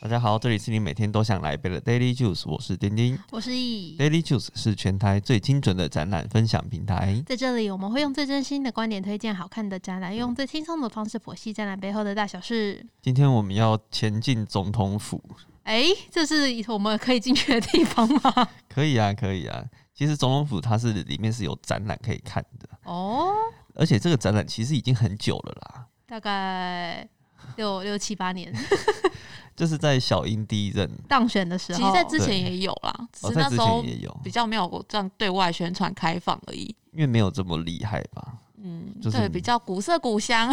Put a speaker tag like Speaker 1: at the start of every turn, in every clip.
Speaker 1: 大家好，这里是你每天都想来一杯的 Daily Juice，我是丁丁。
Speaker 2: 我是易。
Speaker 1: Daily Juice 是全台最精准的展览分享平台。
Speaker 2: 在这里，我们会用最真心的观点推荐好看的展览，用最轻松的方式剖析展览背后的大小事。
Speaker 1: 今天我们要前进总统府，
Speaker 2: 哎、这是我们可以进去的地方吗？
Speaker 1: 可以啊，可以啊。其实总统府它是里面是有展览可以看的，
Speaker 2: 哦，
Speaker 1: 而且这个展览其实已经很久了啦，
Speaker 2: 大概六六七八年
Speaker 1: 就是在小英第一任，
Speaker 2: 当选的时
Speaker 3: 其
Speaker 2: 候，
Speaker 3: 实，在之前也有啦，只
Speaker 1: 哦，
Speaker 3: 是
Speaker 1: 在
Speaker 3: 那
Speaker 1: 之
Speaker 3: 时候
Speaker 1: 前也有
Speaker 3: 比，较没有这样对外宣传开放而已。
Speaker 1: 因为没有这么厉害吧，
Speaker 3: 嗯，
Speaker 1: 就是
Speaker 3: 对，比较古色古 香。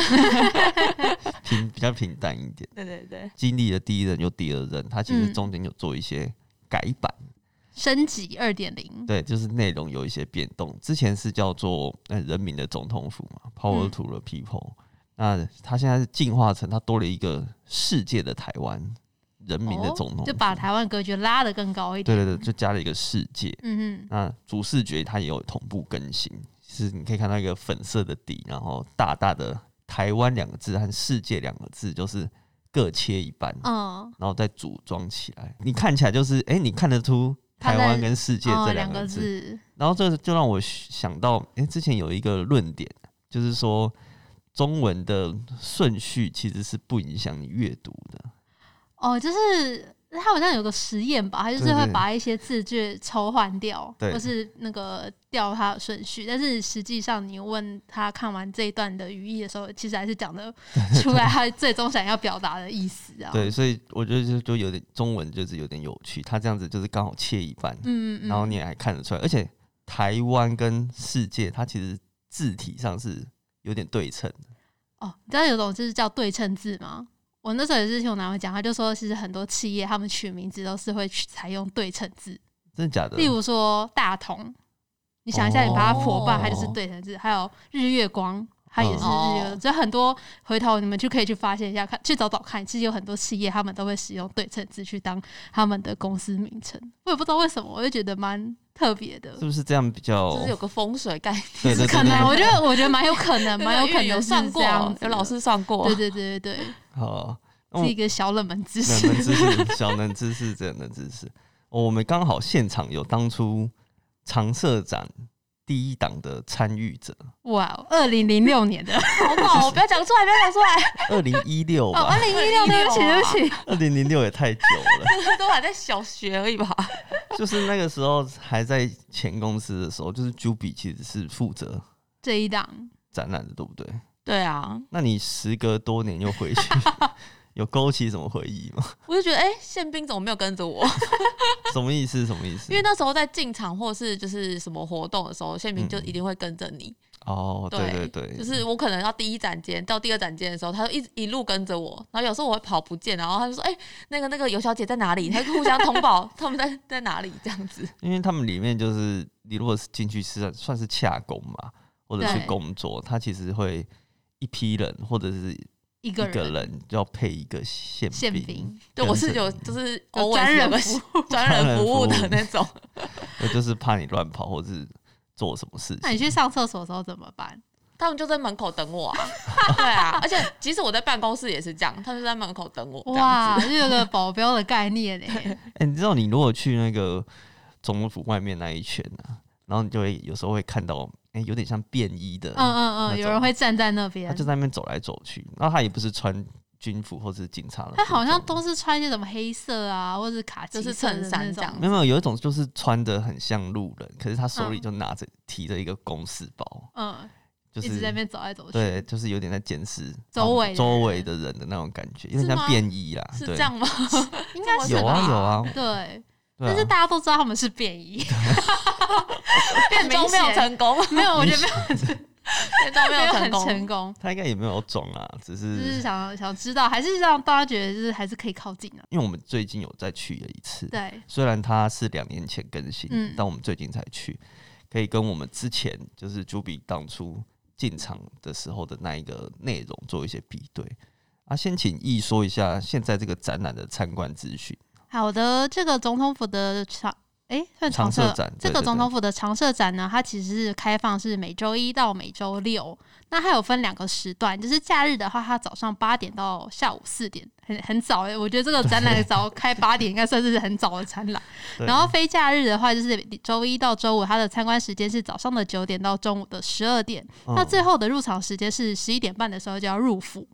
Speaker 1: 平比较平淡一点。
Speaker 3: 对对对，
Speaker 1: 经历了第一任又第二任，它其实
Speaker 2: 嗯
Speaker 1: 中间有做一些改版。
Speaker 2: 升级二点零，
Speaker 1: 对，就是内容有一些变动。之前是叫做呃人民的总统府嘛，Power
Speaker 2: 嗯
Speaker 1: to the People、那它现在是进化成它多了一个世界的台湾人民的
Speaker 2: 哦
Speaker 1: 总统府、
Speaker 2: 就把台湾格局拉得更高一
Speaker 1: 对
Speaker 2: 点。
Speaker 1: 对对，就加了一个世界。
Speaker 2: 嗯嗯，
Speaker 1: 那主视觉它也有同步更新，是你可以看到一个粉色的底，然后大大的“台湾”两个字和“世界”两个字，就是各切一半，
Speaker 2: 嗯，
Speaker 1: 然后再组装起来。你看起来就是，哎、你看得出
Speaker 2: 它
Speaker 1: 台湾
Speaker 2: 在
Speaker 1: 跟世界
Speaker 2: 哦
Speaker 1: 这
Speaker 2: 两
Speaker 1: 两
Speaker 2: 个
Speaker 1: 个字。
Speaker 2: 字，
Speaker 1: 然后这就让我想到，哎、之前有一个论点，就是说中文的顺序其实是不影响你阅读的。
Speaker 2: 哦，就是它好像有个实验吧，它就是
Speaker 1: 对对
Speaker 2: 会把一些字句抽换掉，
Speaker 1: 对
Speaker 2: 或是那个掉它的顺序。但是实际上，你问他看完这一段的语义的时候，其实还是 讲得出来他最终想要表达的意思啊。
Speaker 1: 对，所以我觉得就就有点中文就是有点有趣，它这样子就是刚好切一半，
Speaker 2: 嗯，嗯嗯，
Speaker 1: 然后你也还看得出来，而且台湾跟世界它其实字体上是有点对称的。
Speaker 2: 哦，你知道有种就是叫对称字吗？我那时候也是听我男朋友讲，他就说，其实很多企业他们取名字都是会去采用对称字，
Speaker 1: 真的假的
Speaker 2: 例？如说大同，你想一下，你把它
Speaker 1: 哦
Speaker 2: 破半，它就是对称字；还有日月光，它也是日月。
Speaker 3: 嗯
Speaker 2: 所以很多回头你们就可以去发现一下，看去找找看，其实有很多企业他们都会使用对称字去当他们的公司名称。我也不知道为什么，我就觉得蛮特别的
Speaker 1: 是。不是这样比较？
Speaker 3: 就是有个风水概念，
Speaker 1: 对对对
Speaker 2: 可
Speaker 1: 对
Speaker 2: 能
Speaker 1: 对
Speaker 2: 我觉得，我觉得蛮有可 能，蛮有
Speaker 3: 因
Speaker 2: 可
Speaker 3: 为
Speaker 2: 能
Speaker 3: 有
Speaker 2: 是
Speaker 3: 上过哦
Speaker 2: 这样，子
Speaker 3: 有
Speaker 2: 的
Speaker 3: 老。师上过哦
Speaker 2: 对。对对 对
Speaker 1: 好，那
Speaker 2: 对，
Speaker 1: 我
Speaker 2: 是一个小冷门知
Speaker 1: 哦冷
Speaker 2: 识。
Speaker 1: 门知识，小冷知识，这冷知识。哦我们刚好现场有当初常社展第一档的参与者，
Speaker 2: 哇哦，二零零六年的
Speaker 3: 好不 好？不要讲出来，不要讲出来，
Speaker 1: 二零一六
Speaker 2: 哦，二
Speaker 3: 哎
Speaker 1: 吧，
Speaker 2: 零一六，对不起，对不起，
Speaker 1: 二零零六也太久了。
Speaker 3: 都还在小学而已吧。
Speaker 1: 就是那个时候还在前公司的时候，就是 Juby 其实是负责
Speaker 2: 这一档
Speaker 1: 展览的，对不对？
Speaker 3: 对啊，
Speaker 1: 那你时隔多年又 回去，有勾起什么回忆吗？
Speaker 3: 我就觉得，哎、宪兵怎么没有跟 着我？
Speaker 1: 什么意思？什么意思
Speaker 3: 因？为那时候在进场或是就是什么活动的时候，宪兵就
Speaker 1: 嗯
Speaker 3: 一定会跟着你。
Speaker 1: 哦，对对
Speaker 3: 对
Speaker 1: 对，
Speaker 3: 就是我可能到第一展间到第二展间的时候，他就一直一路跟着我，然后有时候我会跑不见，然后他就说：“哎、那个那个尤小姐在哪里？”他就互相通 报他们在在哪里这样子。
Speaker 1: 因为他们里面就是你如果是进去是算算是洽工嘛，或者是
Speaker 2: 对
Speaker 1: 工作，他其实会一批人或者是一
Speaker 2: 一个
Speaker 1: 个
Speaker 2: 人
Speaker 1: 人就要配一个宪
Speaker 2: 宪
Speaker 1: 兵，
Speaker 2: 兵
Speaker 3: 对，
Speaker 1: 跟着
Speaker 3: 我是有就是
Speaker 2: 有
Speaker 3: 偶尔
Speaker 2: 专人
Speaker 3: 有个
Speaker 2: 服
Speaker 3: 专人服务的
Speaker 1: 专
Speaker 3: 那种，
Speaker 1: 那就是怕你乱跑或是做什么事
Speaker 2: 那你
Speaker 1: 情。
Speaker 2: 去上厕所的时候怎么办？
Speaker 3: 他们就在门口等我啊。对啊，而且即使我在办公室也是这样，他们就在门口等我。哇
Speaker 2: 哇，，就有个保镖的概念欸 嘞。
Speaker 1: 哎、你知道你如果去那个总统府外面那一圈啊，然后你就会有时候会看到，哎、有点像便衣的，
Speaker 2: 嗯嗯
Speaker 1: 那
Speaker 2: 嗯，
Speaker 1: 种
Speaker 2: 有人会站在那
Speaker 1: 他
Speaker 2: 边
Speaker 1: 就，在那边走来走去，然后他也不是穿军服或是警察的服装，
Speaker 2: 他好像都是穿一些什么黑色啊，或者是卡其
Speaker 3: 就是
Speaker 2: 色的
Speaker 3: 衬衫
Speaker 2: 那
Speaker 3: 这
Speaker 2: 种
Speaker 3: 样
Speaker 1: 没有没有，有一种就是穿的很像路人，可是他手里
Speaker 2: 嗯
Speaker 1: 就拿着、提着一个公事包，
Speaker 2: 嗯，
Speaker 1: 就是
Speaker 2: 一直在那边走来走去。
Speaker 1: 对，就是有点在监视
Speaker 2: 周围的
Speaker 1: 嗯
Speaker 2: 人
Speaker 1: 周围的人的那种感觉，有点
Speaker 3: 是
Speaker 1: 像
Speaker 3: 吗
Speaker 1: 便衣啦，
Speaker 3: 是
Speaker 1: 对
Speaker 3: 这样吗？
Speaker 2: 应该是
Speaker 1: 有
Speaker 2: 吧
Speaker 1: 啊有啊，
Speaker 2: 对，
Speaker 1: 对啊啊
Speaker 2: 但是大家都知道他们是便衣，变
Speaker 3: 变装没有成功，
Speaker 2: 没有，我觉得没有
Speaker 3: 变装没
Speaker 2: 没
Speaker 3: 有
Speaker 2: 有
Speaker 3: 成
Speaker 2: 很成
Speaker 3: 功。
Speaker 2: 功，
Speaker 1: 他应该也没有装啊，只
Speaker 2: 就是是想想知道，还是让大家觉得就是还是可以靠近的。啊
Speaker 1: 因为我们最近有再去了一次，
Speaker 2: 对，
Speaker 1: 虽然它是两年前更新，
Speaker 2: 嗯
Speaker 1: 但我们最近才去，可以跟我们之前就是 Juby 当初进场的时候的那一个内容做一些比对。啊，先请易说一下现在这个展览的参观资讯。
Speaker 2: 好的，这个总统府的场哎、算常
Speaker 1: 常设展
Speaker 2: 这
Speaker 1: 对
Speaker 2: 个
Speaker 1: 对
Speaker 2: 总
Speaker 1: 对
Speaker 2: 统府的常设展呢，它其实是开放是每周一到每周六，那它有分两个时段，就是假日的话，它早上八点到下午四点，很很早、欸。我觉得这个展览早开八点应该算是很早的展览。
Speaker 1: 对
Speaker 2: 然后非假日的话，就是周一到周五，它的参观时间是早上的九点到中午的十二点，那
Speaker 1: 嗯
Speaker 2: 最后的入场时间是十一点半的时候就要入府。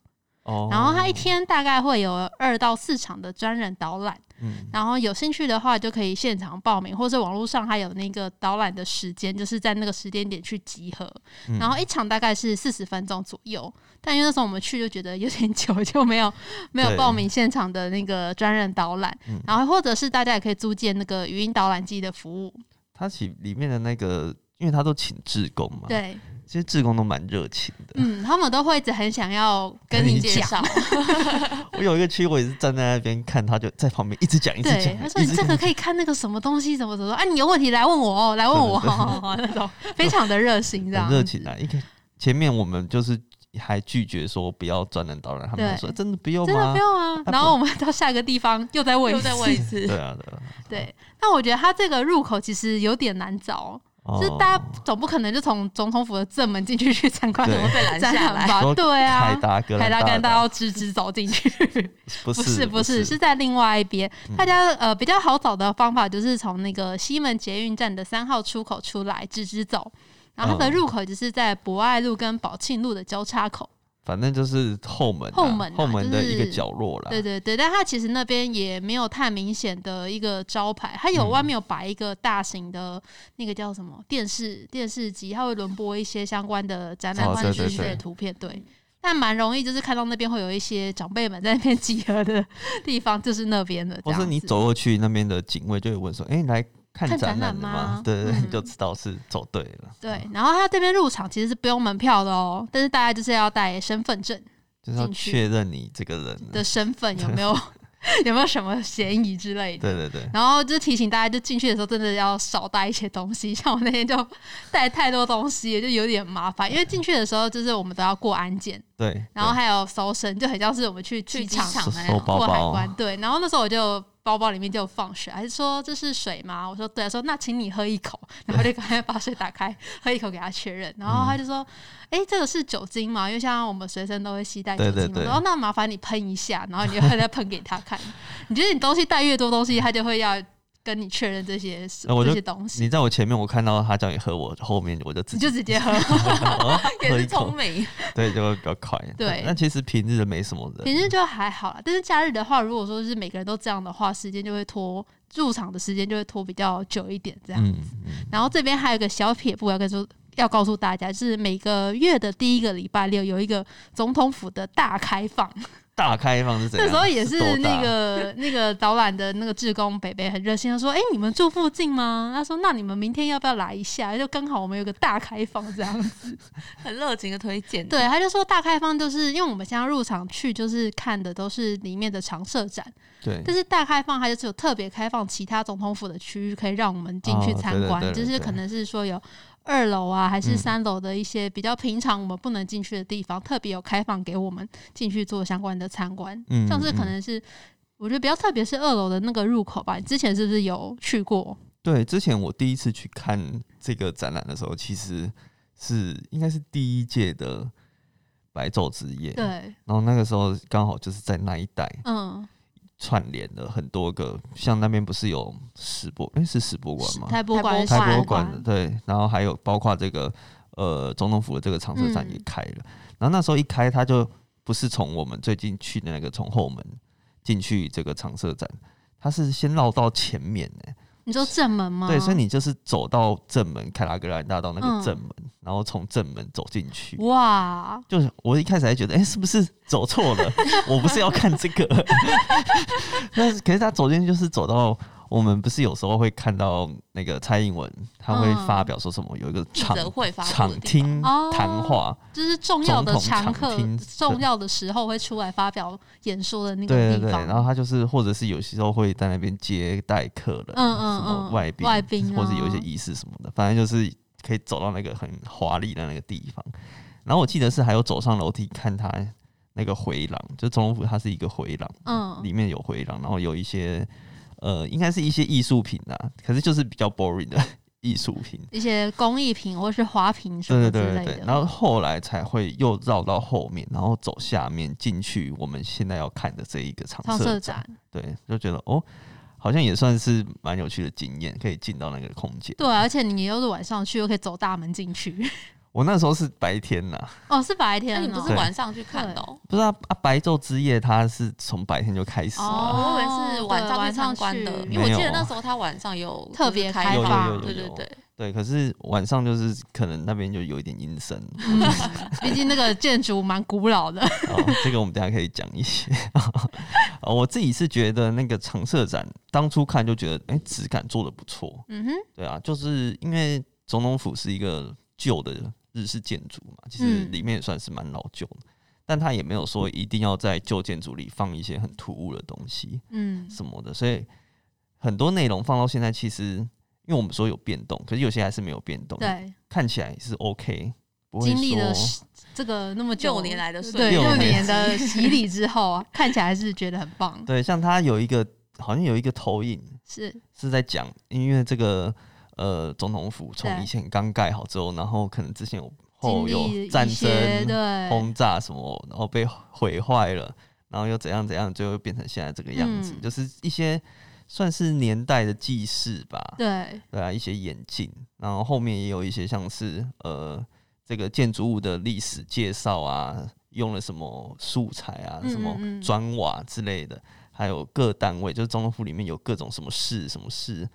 Speaker 1: 哦
Speaker 2: 然后它一天大概会有二到四场的专人导览。
Speaker 1: 嗯
Speaker 2: 然后有兴趣的话，就可以现场报名，或是网络上还有那个导览的时间，就是在那个时间点去集合。
Speaker 1: 嗯
Speaker 2: 然后一场大概是四十分钟左右，但因为那时候我们去就觉得有点久，就没有 没有
Speaker 1: 对
Speaker 2: 报名现场的那个专人导览
Speaker 1: 嗯。
Speaker 2: 然后或者是大家也可以租借那个语音导览机的服务。
Speaker 1: 他其里面的那个，因为他都请志工嘛，，
Speaker 2: 对，
Speaker 1: 其实志工都蛮热情的。
Speaker 2: 嗯，他们都会一直很想要跟
Speaker 1: 跟
Speaker 2: 你
Speaker 1: 你
Speaker 2: 讲
Speaker 3: 介。绍，
Speaker 1: 我有一个区，我也是站在那边看，他就在旁边一直讲，一直
Speaker 2: 对
Speaker 1: 讲，，
Speaker 2: 他说
Speaker 1: 一
Speaker 2: 你
Speaker 1: 直
Speaker 2: 这
Speaker 1: 讲
Speaker 2: 个可以看那个什么东西，怎么怎么，啊，你有问题来问我哦，来问我哦，那 种非常的热心，这样
Speaker 1: 很热
Speaker 2: 子
Speaker 1: 情啊！一开前面我们就是还拒绝说不要专人导览，他们
Speaker 2: 对
Speaker 1: 就说真的不用
Speaker 2: 真的
Speaker 1: 吗
Speaker 2: 不？用啊。
Speaker 1: 不
Speaker 2: 然后我们到下一个地方又再问
Speaker 3: 又
Speaker 2: 一次
Speaker 3: 再问一 次
Speaker 1: 对。啊，对啊，
Speaker 2: 对，那我觉得它这个入口其实有点难找，就是大家
Speaker 1: 哦
Speaker 2: 总不可能就从总统府的正门进去去参观
Speaker 1: 对
Speaker 2: 什么
Speaker 3: 会被拦
Speaker 2: 展
Speaker 3: 下
Speaker 2: 览
Speaker 3: 来。
Speaker 2: 吧？
Speaker 1: 说
Speaker 2: 对啊
Speaker 1: 凯。达格
Speaker 2: 凯达
Speaker 1: 兰
Speaker 2: 格兰大
Speaker 1: 大
Speaker 2: 道直直走进去，
Speaker 1: 不是
Speaker 2: 不是不是，
Speaker 1: 是
Speaker 2: 是在另外一边。
Speaker 1: 嗯
Speaker 2: 大家呃比较好找的方法就是从那个西门捷运站的三号出口出来，直直走，然后它的
Speaker 1: 嗯
Speaker 2: 入口就是在博爱路跟宝庆路的交叉口。
Speaker 1: 反正就是后门啊
Speaker 2: 后门啊
Speaker 1: 后门的一
Speaker 2: 就
Speaker 1: 个
Speaker 2: 是
Speaker 1: 角落啦。
Speaker 2: 对对对，但它其实那边也没有太明显的一个招牌，它
Speaker 1: 嗯
Speaker 2: 有外面有摆一个大型的那个叫什么电视电视机，它会轮播一些相关的展览
Speaker 1: 哦
Speaker 2: 或
Speaker 1: 对
Speaker 2: 者
Speaker 1: 对
Speaker 2: 是
Speaker 1: 对
Speaker 2: 的图片，对。但蛮容易，就是看到那边会有一些长辈们在那边集合的 地方，就是那边的。
Speaker 1: 或是你，走过去那边的警卫就会问说：“哎，你来看
Speaker 2: 看
Speaker 1: 展览
Speaker 2: 展览
Speaker 1: 的
Speaker 2: 吗
Speaker 1: 对对对，
Speaker 2: 嗯
Speaker 1: 你就知道是走对了。
Speaker 2: 对。然后它这边入场其实是不用门票的哦，但是大家就是要带身份证
Speaker 1: 就是要
Speaker 2: 进去
Speaker 1: 确认你这个人。
Speaker 2: 的身份有没有 有没有什么嫌疑之类的。
Speaker 1: 对对对，
Speaker 2: 然后就提醒大家，就进去的时候真的要少带一些东西。 像我那天就带太多东西，就有点麻烦。因为进去的时候，就是我们都要过安检，
Speaker 1: 对，
Speaker 2: 然后还有搜身，就很像是我们去
Speaker 3: 去
Speaker 2: 机
Speaker 3: 机
Speaker 2: 场
Speaker 3: 场
Speaker 1: 收
Speaker 3: 那
Speaker 1: 收
Speaker 3: 种
Speaker 1: 包
Speaker 2: 哎过海
Speaker 1: 包
Speaker 2: 关。对，然后那时候我就包包里面就有放水，还是说这是水吗？我说对，他说那请你喝一口， 然后就赶快把水打开，喝一口给他确认。然后他就说，哎、这个是酒精吗？因为像我们随身都会携带
Speaker 1: 对
Speaker 2: 酒精嘛。
Speaker 1: 嗯对对
Speaker 2: 然后那麻烦你喷一下，然后你就会再喷给他 看。你觉得你东西带越多东西，他就会要跟你确认这些 事、
Speaker 1: 那我
Speaker 2: 这
Speaker 1: 就
Speaker 2: 些东西，
Speaker 1: 你在我前面，我看到他叫你喝，我后面我就自
Speaker 2: 你
Speaker 1: 己
Speaker 2: 就直接喝。
Speaker 1: 哦
Speaker 3: 也
Speaker 1: 喝
Speaker 3: 是
Speaker 1: 一口
Speaker 3: 聪，明，
Speaker 1: 对，就会比较快。
Speaker 2: 对
Speaker 1: 那其实平日没什么 人，
Speaker 2: 平时就还好啦，但是假日的话，如果说是每个人都这样的话，时间就会拖，入场的时间就会拖比较久一点这样。
Speaker 1: 嗯嗯，
Speaker 2: 然后这边还有一个小撇步要跟说，要告诉大家，就是每个月的第一个礼拜六有一个总统府的大开放，
Speaker 1: 大开放是怎
Speaker 2: 那
Speaker 1: 样？
Speaker 2: 时候也啊是
Speaker 1: 多大
Speaker 2: 那个那个导览的那个志工北北很热心，他说：“哎、你们住附近吗？”他说：“那你们明天要不要来一下？”就刚好我们有个大开放这样子。
Speaker 3: 很热情的推 荐。
Speaker 2: 对，他就说大开放就是因为我们现在入场去就是看的都是里面的常设展，
Speaker 1: 对
Speaker 2: 但是大开放它就是有特别开放其他总统府的区域，可以让我们进去
Speaker 1: 哦
Speaker 2: 参
Speaker 1: 对对
Speaker 2: 观，
Speaker 1: 对对
Speaker 2: 就
Speaker 1: 对
Speaker 2: 是可能是说有二楼啊，还是
Speaker 1: 嗯
Speaker 2: 三楼的一些比较平常我们不能进去的地方，特别有开放给我们进去做相关的参观，
Speaker 1: 嗯
Speaker 2: 像是可
Speaker 1: 嗯
Speaker 2: 能是。我觉得比较特别是二楼的那个入口吧，你之前是不是有去过？
Speaker 1: 对，之前我第一次去看这个展览的时候，其实是应该是第一届的白昼之夜，
Speaker 2: 对，，
Speaker 1: 然后那个时候刚好就是在那一带
Speaker 2: 嗯，
Speaker 1: 串联了很多个，像那边不是有史博，哎、是史博馆吗？
Speaker 2: 台博
Speaker 1: 台
Speaker 2: 馆、
Speaker 3: 台
Speaker 1: 博
Speaker 3: 博
Speaker 1: 馆的对，然后还有包括这个呃总统府的这个常设展也
Speaker 2: 嗯
Speaker 1: 开了，然后那时候一开，它就不是从我们最近去的那个从后门进去这个常设展，它是先绕到前面呢、
Speaker 2: 你说正门吗？
Speaker 1: 对，所以你就是走到正门凯拉格兰大道那
Speaker 2: 哦嗯
Speaker 1: 个正门，然后从正门走进去。
Speaker 2: 哇，
Speaker 1: 就是我一开始还觉得，哎、是不是走错 了？我不是要看这个。 但是可是他走进去就是走到我们不是有时候会看到那个蔡英文，他会
Speaker 2: 嗯
Speaker 1: 发表说什么有一个
Speaker 3: 记
Speaker 1: 场
Speaker 3: 者会发布的
Speaker 1: 场
Speaker 3: 地方
Speaker 1: 听
Speaker 2: 哦
Speaker 1: 谈话，
Speaker 2: 就是重要的
Speaker 1: 总统
Speaker 2: 常
Speaker 1: 常
Speaker 2: 客
Speaker 1: 厅、
Speaker 2: 重要的时候会出来发表演说的那个
Speaker 1: 对
Speaker 2: 地
Speaker 1: 对对。
Speaker 2: 方。
Speaker 1: 然后他就是或者是有些时候会在那边接待客人，
Speaker 2: 嗯嗯
Speaker 1: 什么
Speaker 2: 嗯，
Speaker 1: 外宾，
Speaker 2: 外宾、啊，
Speaker 1: 或者有一些仪式什么的，反正就是可以走到那个很华丽的那个地方。然后我记得是还有走上楼梯看他那个回廊，就总统府它是一个回廊。
Speaker 2: 嗯
Speaker 1: 里面有回廊，然后有一些呃，应该是一些艺术品啊，可是就是比较 boring 的 艺术品。
Speaker 2: 一些工艺品或是花瓶什
Speaker 1: 对
Speaker 2: 么
Speaker 1: 对
Speaker 2: 之
Speaker 1: 对
Speaker 2: 类
Speaker 1: 对对，
Speaker 2: 的。
Speaker 1: 然后后来才会又绕到后面，然后走下面进去我们现在要看的这一个
Speaker 2: 常
Speaker 1: 长
Speaker 2: 设
Speaker 1: 设
Speaker 2: 展
Speaker 1: 展，，对，就觉得哦，好像也算是蛮有趣的经验，可以进到那个空间。
Speaker 2: 对，啊而且你又是晚上去，又可以走大门进去。
Speaker 1: 我那时候是白天呐、
Speaker 2: 哦，是白
Speaker 3: 那
Speaker 2: 天
Speaker 3: 你
Speaker 2: 哦
Speaker 3: 不是晚上去看的哦？
Speaker 1: 不知道啊，白昼之夜它是从白天就开始了，
Speaker 3: 哦，我以为是
Speaker 2: 对
Speaker 3: 晚上
Speaker 2: 晚
Speaker 3: 去
Speaker 2: 上
Speaker 3: 参观的，
Speaker 2: 去
Speaker 3: 因为我记
Speaker 1: 没
Speaker 3: 得
Speaker 1: 有
Speaker 3: 那时候他晚上有
Speaker 2: 特别
Speaker 3: 就是
Speaker 2: 开
Speaker 3: 开
Speaker 1: 有有有
Speaker 3: 对
Speaker 1: 有
Speaker 3: 对
Speaker 1: 有
Speaker 3: 对，
Speaker 1: 对，可是晚上就是可能那边就有一点阴森，
Speaker 2: 嗯毕竟那个建筑蛮古老的。
Speaker 1: 哦，这个我们等一下可以讲一些、 哦。我自己是觉得那个长设展当初看就觉得，哎、质感做的不错。
Speaker 2: 嗯哼，
Speaker 1: 对啊，就是因为总统府是一个旧的日式建筑嘛，其实
Speaker 2: 嗯
Speaker 1: 里面也算是蛮老旧的，但它也没有说一定要在旧建筑里放一些很突兀的东西
Speaker 2: 嗯，
Speaker 1: 什么的，所以很多内容放到现在，其实因为我们说有变动，可是有些还是没有变动，
Speaker 2: 对，
Speaker 1: 看起来是 OK。不会
Speaker 2: 经历了
Speaker 1: 说
Speaker 2: 十这个那么久
Speaker 3: 六年来的岁
Speaker 2: 对
Speaker 1: 月
Speaker 2: 六
Speaker 1: 六
Speaker 2: 年
Speaker 1: 年
Speaker 2: 的洗礼之后啊，看起来还是觉得很棒。
Speaker 1: 对，像它有一个好像有一个投影，
Speaker 2: 是，
Speaker 1: 是在讲，因为这个呃总统府从
Speaker 2: 对
Speaker 1: 以前刚盖好之后，然后可能之前有
Speaker 2: 经
Speaker 1: 后
Speaker 2: 历
Speaker 1: 有
Speaker 2: 一
Speaker 1: 战
Speaker 2: 些
Speaker 1: 争、
Speaker 2: 对，
Speaker 1: 轰炸什么，然后被毁坏了，然后又怎样怎样，最后变成现在这个样子，
Speaker 2: 嗯
Speaker 1: 就是一些算是年代的记事吧，
Speaker 2: 对，
Speaker 1: 对啊，一些演进，然后后面也有一些像是呃这个建筑物的历史介绍啊，用了什么素材啊，
Speaker 2: 嗯
Speaker 1: 什么
Speaker 2: 嗯嗯
Speaker 1: 砖瓦之类的，还有各单位，就是总统府里面有各种什么市、什么市、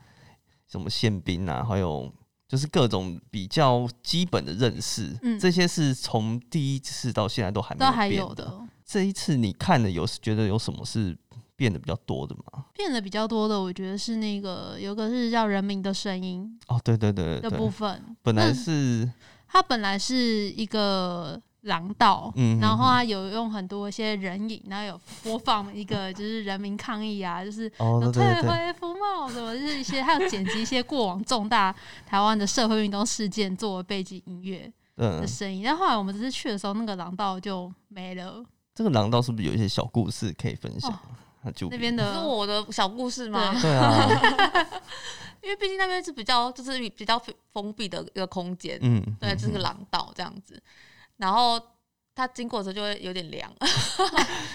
Speaker 1: 什么宪兵啊，还有就是各种比较基本的认识，
Speaker 2: 嗯
Speaker 1: 这些是从第一次到现在都还没
Speaker 2: 都还
Speaker 1: 变
Speaker 2: 有的。
Speaker 1: 这一次你看的有觉得有什么是变得比较多的吗？
Speaker 2: 变得比较多的，我觉得是那个有个是叫《人民的声音
Speaker 1: 哦，对对对》
Speaker 2: 的
Speaker 1: 对
Speaker 2: 部
Speaker 1: 对，
Speaker 2: 分，嗯
Speaker 1: 本来
Speaker 2: 那
Speaker 1: 是
Speaker 2: 它本来是一个廊道，
Speaker 1: 嗯，
Speaker 2: 然后
Speaker 1: 嗯嗯
Speaker 2: 它有用很多一些人影，然后有播放一个就是人民抗议啊，就是
Speaker 1: 哦，对
Speaker 2: 有退
Speaker 1: 对对，
Speaker 2: 回服贸什么，就是一些还有剪辑一些过往重大台湾的社会运动事件作为背景音乐的
Speaker 1: 嗯，
Speaker 2: 声音。但后来我们这次去的时候，那个廊道就没了，
Speaker 1: 这个廊道是不是有一些小故事可以分享
Speaker 2: 哦？
Speaker 1: 那就
Speaker 2: 那边
Speaker 3: 这是
Speaker 2: 的
Speaker 3: 我的小故事吗？
Speaker 1: 对 啊，
Speaker 3: 因为毕竟那边是比较就是比较封闭的一个空间，
Speaker 1: 嗯，
Speaker 3: 对，
Speaker 1: 嗯
Speaker 3: 就是个廊道这样子。然后它经过的时候就会有点凉，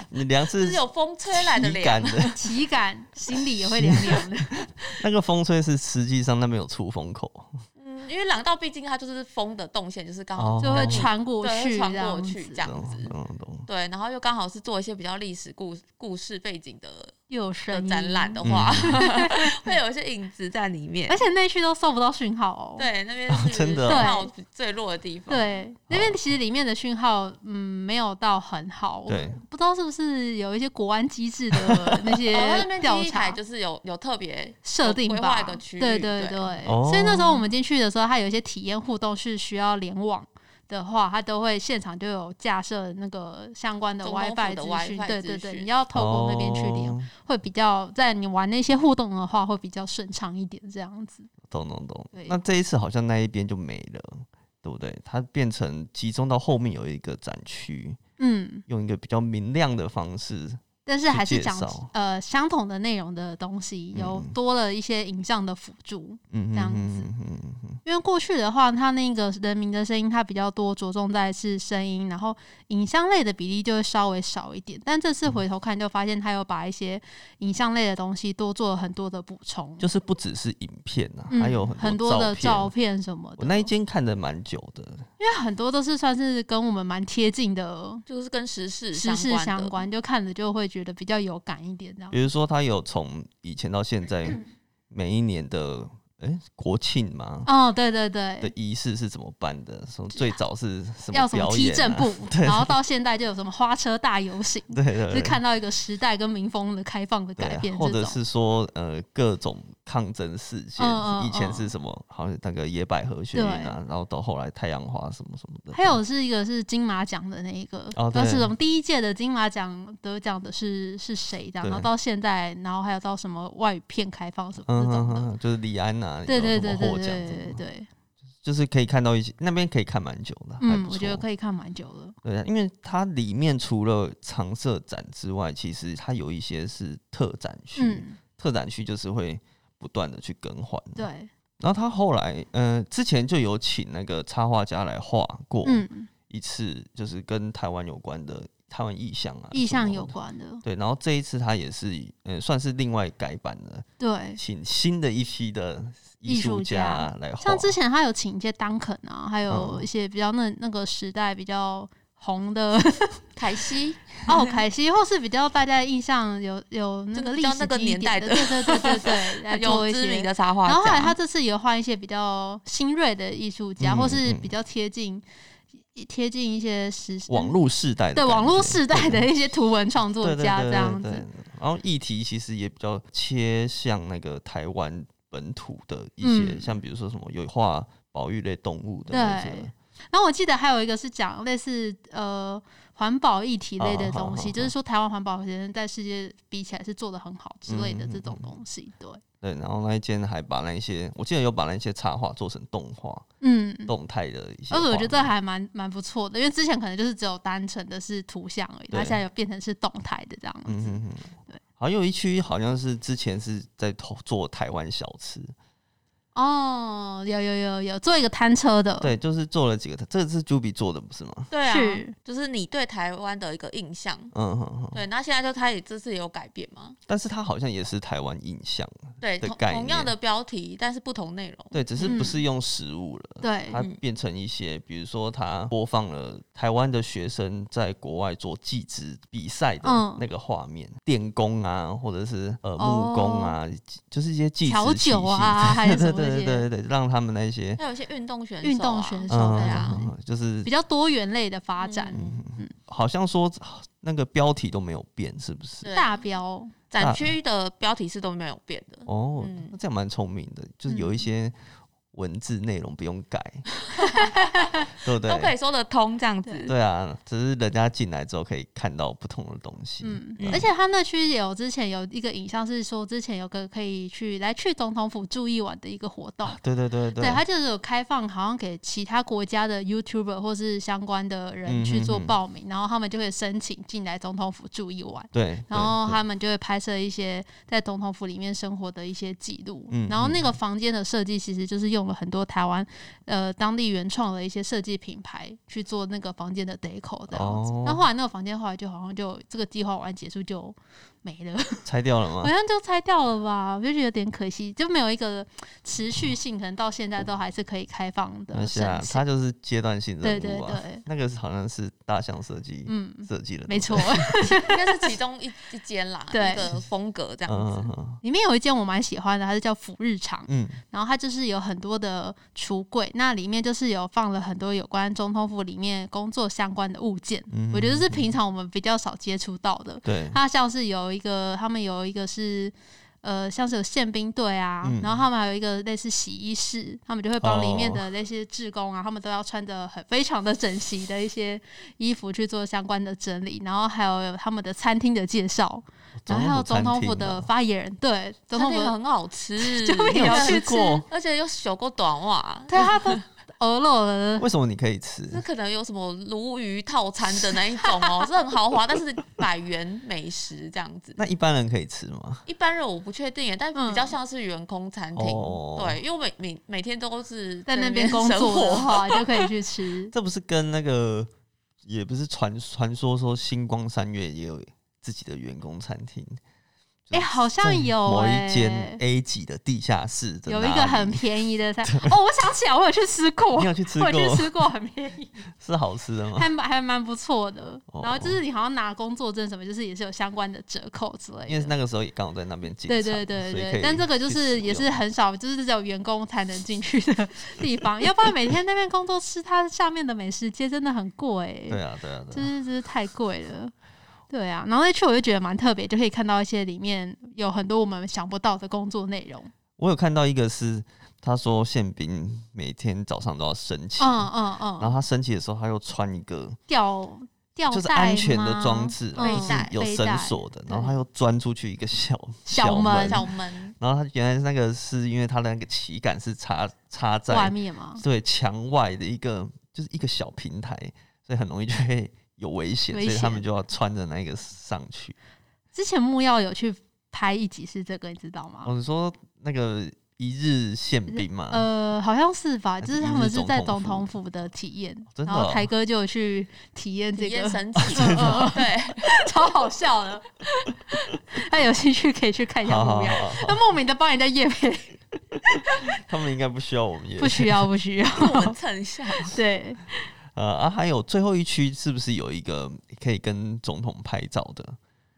Speaker 1: 你梁
Speaker 3: 就是是有风吹来的
Speaker 1: 体感。
Speaker 3: 凉
Speaker 1: 的，
Speaker 2: 体感，心里也会凉凉的。
Speaker 1: 那个风吹是实际上那边有出风口，
Speaker 3: 嗯，因为廊道毕竟它就是风的动线，就是刚好
Speaker 1: 哦
Speaker 2: 就会穿过
Speaker 3: 对
Speaker 2: 去，
Speaker 3: 会穿
Speaker 2: 这样
Speaker 3: 过去
Speaker 2: 子
Speaker 3: 这样
Speaker 1: 懂
Speaker 3: 子。
Speaker 1: 懂嗯懂，
Speaker 3: 对，然后又刚好是做一些比较历史故故事背景的
Speaker 2: 又有
Speaker 3: 的
Speaker 2: 声音
Speaker 3: 展览
Speaker 1: 嗯
Speaker 3: 的 话，会有一些影子在里面
Speaker 2: 而。且内区都搜不到讯号哦。
Speaker 3: 对，那边是
Speaker 1: 真的
Speaker 2: 哦
Speaker 3: 信号最弱的地方。，
Speaker 2: 对，那边其实里面的讯号，嗯，没有到很好。
Speaker 1: 对，
Speaker 2: 不知道是不是有一些国安机制 的那些
Speaker 3: 哦，它那边
Speaker 2: 调
Speaker 3: 第一
Speaker 2: 查
Speaker 3: 台就是有有特别
Speaker 2: 设定
Speaker 3: 规
Speaker 2: 吧
Speaker 3: 划一个区域
Speaker 2: 对对
Speaker 3: 对
Speaker 2: 对，
Speaker 1: 哦
Speaker 2: 所以那时候我们进去的时候，它有一些体验互动是需要联网。的话，它都会现场就有架设那个相关的
Speaker 3: 总统府
Speaker 2: WiFi
Speaker 3: 的
Speaker 2: 资
Speaker 3: WiFi
Speaker 2: 讯，对对
Speaker 3: 资
Speaker 2: 对，
Speaker 3: 讯
Speaker 2: 你要透过那边去连，
Speaker 1: 哦
Speaker 2: 会比较在你玩那些互动的话，会比较顺畅一点，这样子。
Speaker 1: 懂懂懂
Speaker 2: 对。
Speaker 1: 那这一次好像那一边就没了，对不对？它变成集中到后面有一个展区，
Speaker 2: 嗯，
Speaker 1: 用一个比较明亮的方式，
Speaker 2: 但是还是
Speaker 1: 去介
Speaker 2: 讲
Speaker 1: 绍
Speaker 2: 呃相同的内容的东西，有
Speaker 1: 嗯
Speaker 2: 多了一些影像的辅助。
Speaker 1: 嗯，
Speaker 2: 这样子
Speaker 1: 嗯嗯嗯嗯
Speaker 2: 因为过去的话，它那个人民的声音，它比较多着重在是声音，然后影像类的比例就会稍微少一点。但这
Speaker 1: 嗯
Speaker 2: 次回头看，就发现它有把一些影像类的东西多做了很多的补充，
Speaker 1: 就是不只是影片啊，
Speaker 2: 嗯
Speaker 1: 还有
Speaker 2: 很
Speaker 1: 多
Speaker 2: 的照
Speaker 1: 照片。
Speaker 2: 片什么的。
Speaker 1: 我那一间看的蛮久的，
Speaker 2: 因为很多都是算是跟我们蛮贴近的
Speaker 3: 就是跟时事
Speaker 2: 时事
Speaker 3: 的
Speaker 2: 相关，就看着就会觉得比较有感一点这样。
Speaker 1: 比如说，他有从以前到现在
Speaker 2: 嗯
Speaker 1: 每一年的诶国庆嘛
Speaker 2: 哦，对对对，
Speaker 1: 的仪式是怎么办的？从最早是什
Speaker 2: 要
Speaker 1: 么
Speaker 2: 什么
Speaker 1: 表
Speaker 2: 踢
Speaker 1: 演、
Speaker 2: 正
Speaker 1: 啊？
Speaker 2: 步，然后到现在就有什么花车大游行，
Speaker 1: 对对
Speaker 2: 就
Speaker 1: 对，
Speaker 2: 是看到一个时代跟民风的开放的改
Speaker 1: 对
Speaker 2: 变
Speaker 1: 啊，或
Speaker 2: 这
Speaker 1: 者
Speaker 2: 种。
Speaker 1: 是说呃各种抗争事件，
Speaker 2: 嗯嗯
Speaker 1: 以前
Speaker 2: 嗯
Speaker 1: 是什么？好像那个野百合学运啊，然后到后来太阳花什么什么的。
Speaker 2: 还有是一个是金马奖的那一个，
Speaker 1: 嗯哦
Speaker 2: 当时
Speaker 1: 对
Speaker 2: 我们第一届的金马奖得奖的是是谁这样，然后
Speaker 1: 对
Speaker 2: 到现在，然后还有到什么外语片开放什么
Speaker 1: 嗯
Speaker 2: 这
Speaker 1: 哼
Speaker 2: 种
Speaker 1: 哼
Speaker 2: 的，
Speaker 1: 哼，就是李安呐、啊，
Speaker 2: 对对
Speaker 1: 有什
Speaker 2: 对
Speaker 1: 么
Speaker 2: 对
Speaker 1: 获
Speaker 2: 对
Speaker 1: 奖
Speaker 2: 对
Speaker 1: 什么的，
Speaker 2: 对对，
Speaker 1: 就是可以看到一些那边可以看蛮久的，还
Speaker 2: 嗯，
Speaker 1: 不
Speaker 2: 我觉得
Speaker 1: 错
Speaker 2: 可以看蛮久了，
Speaker 1: 对啊，因为它里面除了常设展之外，其实它有一些是特展区。
Speaker 2: 嗯，
Speaker 1: 特展区就是会不断的去更换。
Speaker 2: 对，
Speaker 1: 然后他后来，呃，之前就有请那个插画家来画过
Speaker 2: 嗯，
Speaker 1: 一次，就是跟台湾有关的台湾意象啊，
Speaker 2: 意向
Speaker 1: 什么
Speaker 2: 有
Speaker 1: 的。
Speaker 2: 关的，
Speaker 1: 对，然后这一次他也是，嗯、算是另外改版的，
Speaker 2: 对。
Speaker 1: 请新的一批的艺
Speaker 2: 艺术
Speaker 1: 术家来画
Speaker 2: 像。之前他有请一些 Duncan 啊，还有
Speaker 1: 嗯
Speaker 2: 一些比较那那个时代比较红的
Speaker 3: 凯西，
Speaker 2: 哦，凯西，或是比较大家印象有有那个历
Speaker 3: 比较
Speaker 2: 史
Speaker 3: 那个
Speaker 2: 记忆
Speaker 3: 年代
Speaker 2: 点
Speaker 3: 的
Speaker 2: 的，对对对对对，来做
Speaker 3: 有
Speaker 2: 一
Speaker 3: 知名
Speaker 2: 些
Speaker 3: 的插画家，
Speaker 2: 然后后来他这次也换一些比较新锐的艺术家，
Speaker 1: 嗯
Speaker 2: 或是
Speaker 1: 嗯
Speaker 2: 比较贴近贴近一些时
Speaker 1: 网络世代的
Speaker 2: 对
Speaker 1: 感觉
Speaker 2: 网络时代的一些图文创作
Speaker 1: 对对
Speaker 2: 家
Speaker 1: 对
Speaker 2: 这
Speaker 1: 对
Speaker 2: 样
Speaker 1: 对
Speaker 2: 子。
Speaker 1: 然后议题其实也比较切向那个台湾本土的一些，
Speaker 2: 嗯
Speaker 1: 像比如说什么有画保育类动物的那
Speaker 2: 对
Speaker 1: 些，
Speaker 2: 然后我记得还有一个是讲类似呃环保议题类的
Speaker 1: 啊好
Speaker 2: 东
Speaker 1: 好好
Speaker 2: 西，就是说台湾环保其实在世界比起来是做的很好之类的
Speaker 1: 嗯嗯
Speaker 2: 这种
Speaker 1: 嗯
Speaker 2: 东西。对，
Speaker 1: 对，然后那一间还把那一些，我记得有把那些插画做成动画、
Speaker 2: 嗯。
Speaker 1: 动态的一些画
Speaker 2: 而
Speaker 1: 面，
Speaker 2: 且我觉得这还蛮蛮不错的，因为之前可能就是只有单纯的是图像而已，
Speaker 1: 对
Speaker 2: 它现在有变成是动态的这样
Speaker 1: 嗯
Speaker 2: 子。
Speaker 1: 哼哼
Speaker 2: 对，
Speaker 1: 好像有一区好像是之前是在投做台湾小吃，
Speaker 2: 嗯哦，有有有有做一个摊车的，
Speaker 1: 对，就是做了几个，这是 Juby 做的不是吗？
Speaker 3: 对啊
Speaker 2: 是，
Speaker 3: 就是你对台湾的一个印象。
Speaker 1: 嗯哼哼，
Speaker 3: 对，那现在就他也这次也有改变嘛？
Speaker 1: 但是它好像也是台湾印象，
Speaker 3: 对，
Speaker 1: 哦的
Speaker 3: 同
Speaker 1: 概念
Speaker 3: 同样的标题，但是不同内容。
Speaker 1: 对，只是
Speaker 2: 嗯
Speaker 1: 不是用食物了，
Speaker 2: 对，
Speaker 1: 它
Speaker 3: 嗯
Speaker 1: 变成一些，比如说它播放了台湾的学生在国外做技职比赛的
Speaker 2: 嗯
Speaker 1: 那个画面，电工啊，或者是呃木工啊，就是一些技职
Speaker 2: 哦调
Speaker 1: 体
Speaker 2: 酒
Speaker 1: 系
Speaker 2: 啊还有
Speaker 1: 对
Speaker 2: 什么
Speaker 1: 对对
Speaker 2: 一些
Speaker 1: 对对对，让他们那些
Speaker 3: 还有一些运动选手、啊，
Speaker 2: 运动选手
Speaker 1: 嗯
Speaker 2: 对啊，
Speaker 1: 嗯，就是
Speaker 2: 比较多元类的发展，
Speaker 1: 嗯好像说那个标题都没有变，是不是？
Speaker 3: 对
Speaker 2: 大标
Speaker 3: 展区的标题是都没有变的。
Speaker 1: 哦，
Speaker 3: 嗯
Speaker 1: 那这样蛮聪明的，就是
Speaker 2: 嗯
Speaker 1: 有一些文字内容不 用改，对不对？
Speaker 3: 都可以说得通这样子。
Speaker 1: 对啊，只是人家进来之后可以看到不同的东西。
Speaker 2: 嗯
Speaker 1: 对，啊
Speaker 2: 而且他那区有之前有一个影像是说，之前有个可以去来去总统府住一晚的一个活动。
Speaker 1: 对对对
Speaker 2: 对，他就是有开放，好像给其他国家的 YouTuber 或是相关的人去做
Speaker 1: 嗯哼哼
Speaker 2: 报名，然后他们就会申请进来总统府住一晚。
Speaker 1: 对，
Speaker 2: 然后
Speaker 1: 对
Speaker 2: 他们就会拍摄一些在总统府里面生活的一些记录。
Speaker 1: 嗯
Speaker 2: 然后那个房间的设计其实就是用了很多台湾呃当地原创的一些设计品牌去做那个房间的 deco 这样子
Speaker 1: 哦。
Speaker 2: 那、后来那个房间后来就好像就这个计划完结束就没了，
Speaker 1: 拆掉了
Speaker 2: 好
Speaker 1: 吗？
Speaker 2: 像就拆掉了吧，我就觉得有点可惜，就没有一个持续性，可能到现在都还是可以开放的
Speaker 1: 没事啊
Speaker 2: 申，请。
Speaker 1: 它就是阶段性任
Speaker 2: 对对
Speaker 1: 务啊。
Speaker 2: 对，
Speaker 1: 那个是好像是大象设计
Speaker 2: 嗯，
Speaker 1: 设计的，
Speaker 2: 没错。
Speaker 1: 对。
Speaker 3: 应该是其中一一间啦，
Speaker 2: 对
Speaker 3: 一个风格这样子。
Speaker 1: 嗯嗯
Speaker 2: 里面有一间我蛮喜欢的，它是叫福日常。
Speaker 1: 嗯
Speaker 2: 然后它就是有很多的橱柜，那里面就是有放了很多有关总统府里面工作相关的物件，
Speaker 1: 嗯，
Speaker 2: 我觉得是平常我们比较少接触到的。
Speaker 1: 对，
Speaker 2: 它像是有一个，他们有一个是。呃，像是有宪兵队啊，
Speaker 1: 嗯
Speaker 2: 然后他们还有一个类似洗衣室，他们就会帮里面
Speaker 1: 哦
Speaker 2: 的那些志工啊，他们都要穿着很非常的整齐的一些衣服去做相关的整理，然后还有他们的餐厅的介
Speaker 1: 哦
Speaker 2: 绍，然后还有总统府
Speaker 1: 餐厅
Speaker 2: 的
Speaker 1: 啊
Speaker 2: 发言人，对，总
Speaker 3: 餐
Speaker 2: 统
Speaker 3: 厅
Speaker 2: 府
Speaker 3: 很好 吃，
Speaker 2: 就没
Speaker 1: 你有
Speaker 2: 有去
Speaker 1: 吃过
Speaker 2: 吃，
Speaker 3: 而且又修过短 袜，
Speaker 2: 对，它都鹅肉了，
Speaker 1: 为什么你可以吃？
Speaker 3: 那可能有什么鲈鱼套餐的那一种哦，是很豪华，但是百元美食这样子。
Speaker 1: 那一般人可以吃吗？
Speaker 3: 一般人我不确定耶，但
Speaker 2: 嗯
Speaker 3: 比较像是员工餐厅，
Speaker 1: 哦
Speaker 3: 对，因为我每每每天都是
Speaker 2: 在那边
Speaker 3: 边
Speaker 2: 工作的
Speaker 3: 生活，
Speaker 2: 话，就可以去吃。
Speaker 1: 这不是跟那个也不是传传说说星光三月也有自己的员工餐厅？
Speaker 2: 哎、好像有
Speaker 1: 某
Speaker 2: 哎、
Speaker 1: 一间 A 级的地下室的
Speaker 2: 有一
Speaker 1: 哪
Speaker 2: 个
Speaker 1: 里
Speaker 2: 很便宜的菜哦，我想起来，我有去吃过，
Speaker 1: 你有去吃
Speaker 2: 我
Speaker 1: 过？
Speaker 2: 有去吃过，很便 宜，
Speaker 1: 是好吃的吗？
Speaker 2: 还蛮还蛮不错的。
Speaker 1: 哦
Speaker 2: 然后就是你好像拿工作证什么，就是也是有相关的折扣之类
Speaker 1: 因为
Speaker 2: 的。
Speaker 1: 那个时候也刚好在那边进
Speaker 2: 对
Speaker 1: 场，
Speaker 2: 对对
Speaker 1: 所以
Speaker 2: 对
Speaker 1: 可以
Speaker 2: 对，但这个就
Speaker 1: 去
Speaker 2: 是
Speaker 1: 使
Speaker 2: 也是
Speaker 1: 用
Speaker 2: 很少，就是只有员工才能进去 的地方，要不然每天那边工作吃它下面的美食街真的很贵、
Speaker 1: 对啊对啊
Speaker 2: 就
Speaker 1: 对啊，
Speaker 2: 是就是太贵了。对啊，然后那去我就觉得蛮特别，就可以看到一些里面有很多我们想不到的工作 内容。
Speaker 1: 我有看到一个是他说宪兵每天早上都要升旗，
Speaker 2: 嗯嗯
Speaker 1: 然
Speaker 2: 嗯，
Speaker 1: 后他升旗的时候他又穿一个
Speaker 2: 吊吊带
Speaker 1: 就是安全的装
Speaker 2: 吗
Speaker 1: 置啊，
Speaker 2: 嗯
Speaker 1: 就是有
Speaker 2: 背
Speaker 1: 绳
Speaker 2: 带
Speaker 1: 索的，
Speaker 2: 对
Speaker 1: 然后他又钻出去一个小
Speaker 2: 小
Speaker 1: 门
Speaker 2: 门，
Speaker 3: 小门
Speaker 1: 然后他原来那个是因为他的那个旗杆是插插
Speaker 2: 外
Speaker 1: 在
Speaker 2: 面吗？
Speaker 1: 对墙外的一个就是一个小平台，所以很容易就会有危险，
Speaker 2: 危
Speaker 1: 所以他们
Speaker 2: 险
Speaker 1: 就要穿着那个上去。
Speaker 2: 之前木曜有去拍一集是这个，你知道吗？
Speaker 1: 我哦是说那个一日宪兵嘛，
Speaker 2: 呃，好像是吧，
Speaker 1: 还
Speaker 2: 就是是他
Speaker 1: 一日
Speaker 2: 们是
Speaker 1: 总
Speaker 2: 在
Speaker 1: 统
Speaker 2: 总
Speaker 1: 府
Speaker 2: 统府的体验，
Speaker 1: 真的
Speaker 2: 然后
Speaker 1: 哦
Speaker 2: 台哥就有去体验这
Speaker 3: 体验
Speaker 2: 个，嗯
Speaker 3: 神奇，对，
Speaker 2: 超好笑的。那有兴趣可以去看一下
Speaker 1: 好
Speaker 2: 木
Speaker 1: 好
Speaker 2: 曜，
Speaker 1: 好好，
Speaker 2: 那莫名的帮人家夜配，
Speaker 1: 他们应该不需要我们也
Speaker 2: 不需要不需要，
Speaker 3: 我们蹭一下。
Speaker 2: 对，
Speaker 1: 呃啊，还有最后一区是不是有一个可以跟总统拍照的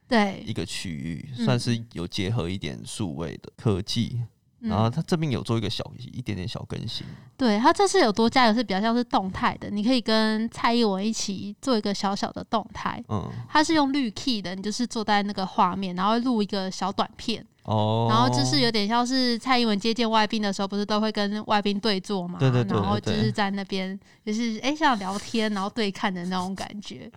Speaker 2: 对，
Speaker 1: 一个区域，
Speaker 2: 嗯
Speaker 1: 算是有结合一点数位的科技，
Speaker 2: 嗯
Speaker 1: 然后它这边有做一个小一点点小更新，
Speaker 2: 对它这次有多加油是比较像是动态的，你可以跟蔡英文一起做一个小小的动态。
Speaker 1: 嗯，
Speaker 2: 它是用绿 key 的，你就是坐在那个画面，然后录一个小短片，
Speaker 1: 哦，
Speaker 2: 然后就是有点像是蔡英文接见外宾的时候，不是都会跟外宾对坐嘛？
Speaker 1: 对对对
Speaker 2: 然后就
Speaker 1: 对对
Speaker 2: 是在那边，就是哎、像聊天，然后对看的那种感觉，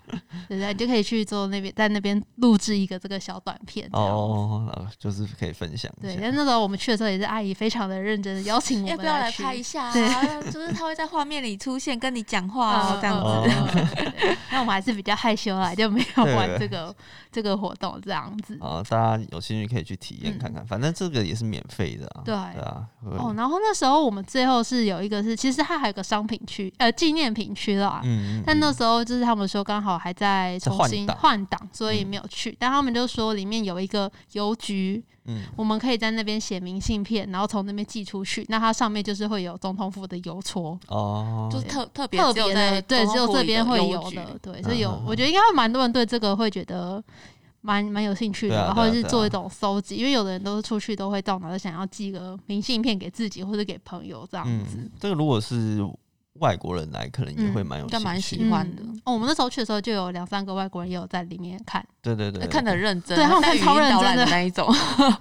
Speaker 2: 对不对？你就可以去做那边，在那边录制一个这个小短片。哦。
Speaker 1: 哦，然后就是可以分享一
Speaker 2: 对，
Speaker 1: 下
Speaker 2: 但。那时候我们去的时候，也是阿姨非常的认真的邀请我
Speaker 3: 要
Speaker 2: 们
Speaker 3: 不要来
Speaker 2: 去
Speaker 3: 拍一下
Speaker 2: 对
Speaker 3: 啊？ 就是他会在画面里出现，跟你讲话
Speaker 2: 啊
Speaker 3: 哦，这样子。
Speaker 1: 哦
Speaker 2: 子。 对那我们还是比较害羞啦，就没有
Speaker 1: 对
Speaker 2: 玩这个这个活动这样子。
Speaker 1: 啊，大家有兴趣可以去体验看看，反正这个也是免费的啊。
Speaker 2: 嗯对
Speaker 1: 啊，
Speaker 2: 哦，
Speaker 1: 会
Speaker 2: 然后那时候我们最后是有一个是，其实它还有个商品区，呃，纪念品区啦。
Speaker 1: 嗯，嗯
Speaker 2: 但那
Speaker 1: 嗯
Speaker 2: 时候就是他们说刚好还在
Speaker 1: 在
Speaker 2: 重
Speaker 1: 换嗯
Speaker 2: 新
Speaker 1: 档
Speaker 2: 换档，所以没有去。但他们就说里面有一个邮局，
Speaker 1: 嗯
Speaker 2: 我们可以在那边写明信片，然后从那边寄出去。那它上面就是会有总统府的邮戳，
Speaker 1: 哦，
Speaker 3: 就是特特
Speaker 2: 嗯
Speaker 3: 别
Speaker 2: 特
Speaker 3: 只有
Speaker 2: 别
Speaker 3: 在
Speaker 2: 的，对，
Speaker 3: 东
Speaker 2: 只有
Speaker 3: 部
Speaker 2: 这边会
Speaker 3: 邮
Speaker 2: 有
Speaker 3: 局
Speaker 2: 的，对，所以有，
Speaker 1: 嗯嗯嗯
Speaker 2: 我觉得应该会蛮多人对这个会觉得蛮蛮有兴趣的
Speaker 1: 对啊
Speaker 2: 吧，
Speaker 1: 对啊
Speaker 2: 或者是
Speaker 1: 对啊
Speaker 2: 做一种搜集，因为有的人都是出去都会到哪都想要寄个明信片给自己或者给朋友这样子。
Speaker 1: 嗯，这个如果是外国人来，可能也会蛮有
Speaker 3: 应该蛮
Speaker 1: 兴
Speaker 3: 喜
Speaker 1: 趣
Speaker 3: 欢的
Speaker 2: 哦，我们那时候去的时候就有两三个外国人也有在里面看，
Speaker 1: 对对对，对
Speaker 3: 呃看得很认真，啊
Speaker 2: 对他们看
Speaker 3: 带语音
Speaker 2: 超认
Speaker 3: 导
Speaker 2: 真
Speaker 3: 览
Speaker 2: 的
Speaker 3: 的那一种。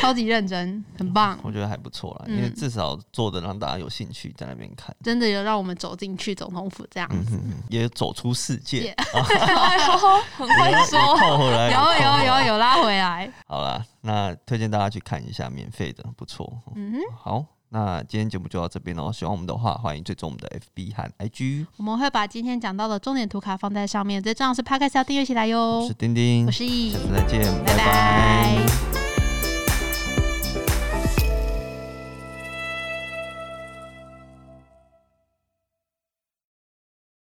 Speaker 2: 超级认真，很棒，
Speaker 1: 我觉得还不错啦，因为
Speaker 2: 嗯
Speaker 1: 至少做的让大家有兴趣在那边看，
Speaker 2: 真的有让我们走进去总统府这样
Speaker 1: 嗯
Speaker 2: 子。
Speaker 1: 哼哼，也走出世界
Speaker 2: 也，啊
Speaker 3: 很会
Speaker 1: 也
Speaker 3: 说，
Speaker 1: 扣回来，
Speaker 2: 有
Speaker 1: 也扣回来
Speaker 2: 有有。有拉回来，
Speaker 1: 好啦，那推荐大家去看一下，免费的，不错。
Speaker 2: 嗯哼，
Speaker 1: 好，那今天节目就到这边喽。喜欢我们的话，欢迎追踪我们的 FB 和 IG。
Speaker 2: 我们会把今天讲到的重点图卡放在上面，最重要是 p 开 d 要订阅起来哟
Speaker 1: 我是。丁丁
Speaker 2: 哦我，是易 E
Speaker 1: 下。次再见，
Speaker 2: 拜
Speaker 1: 拜拜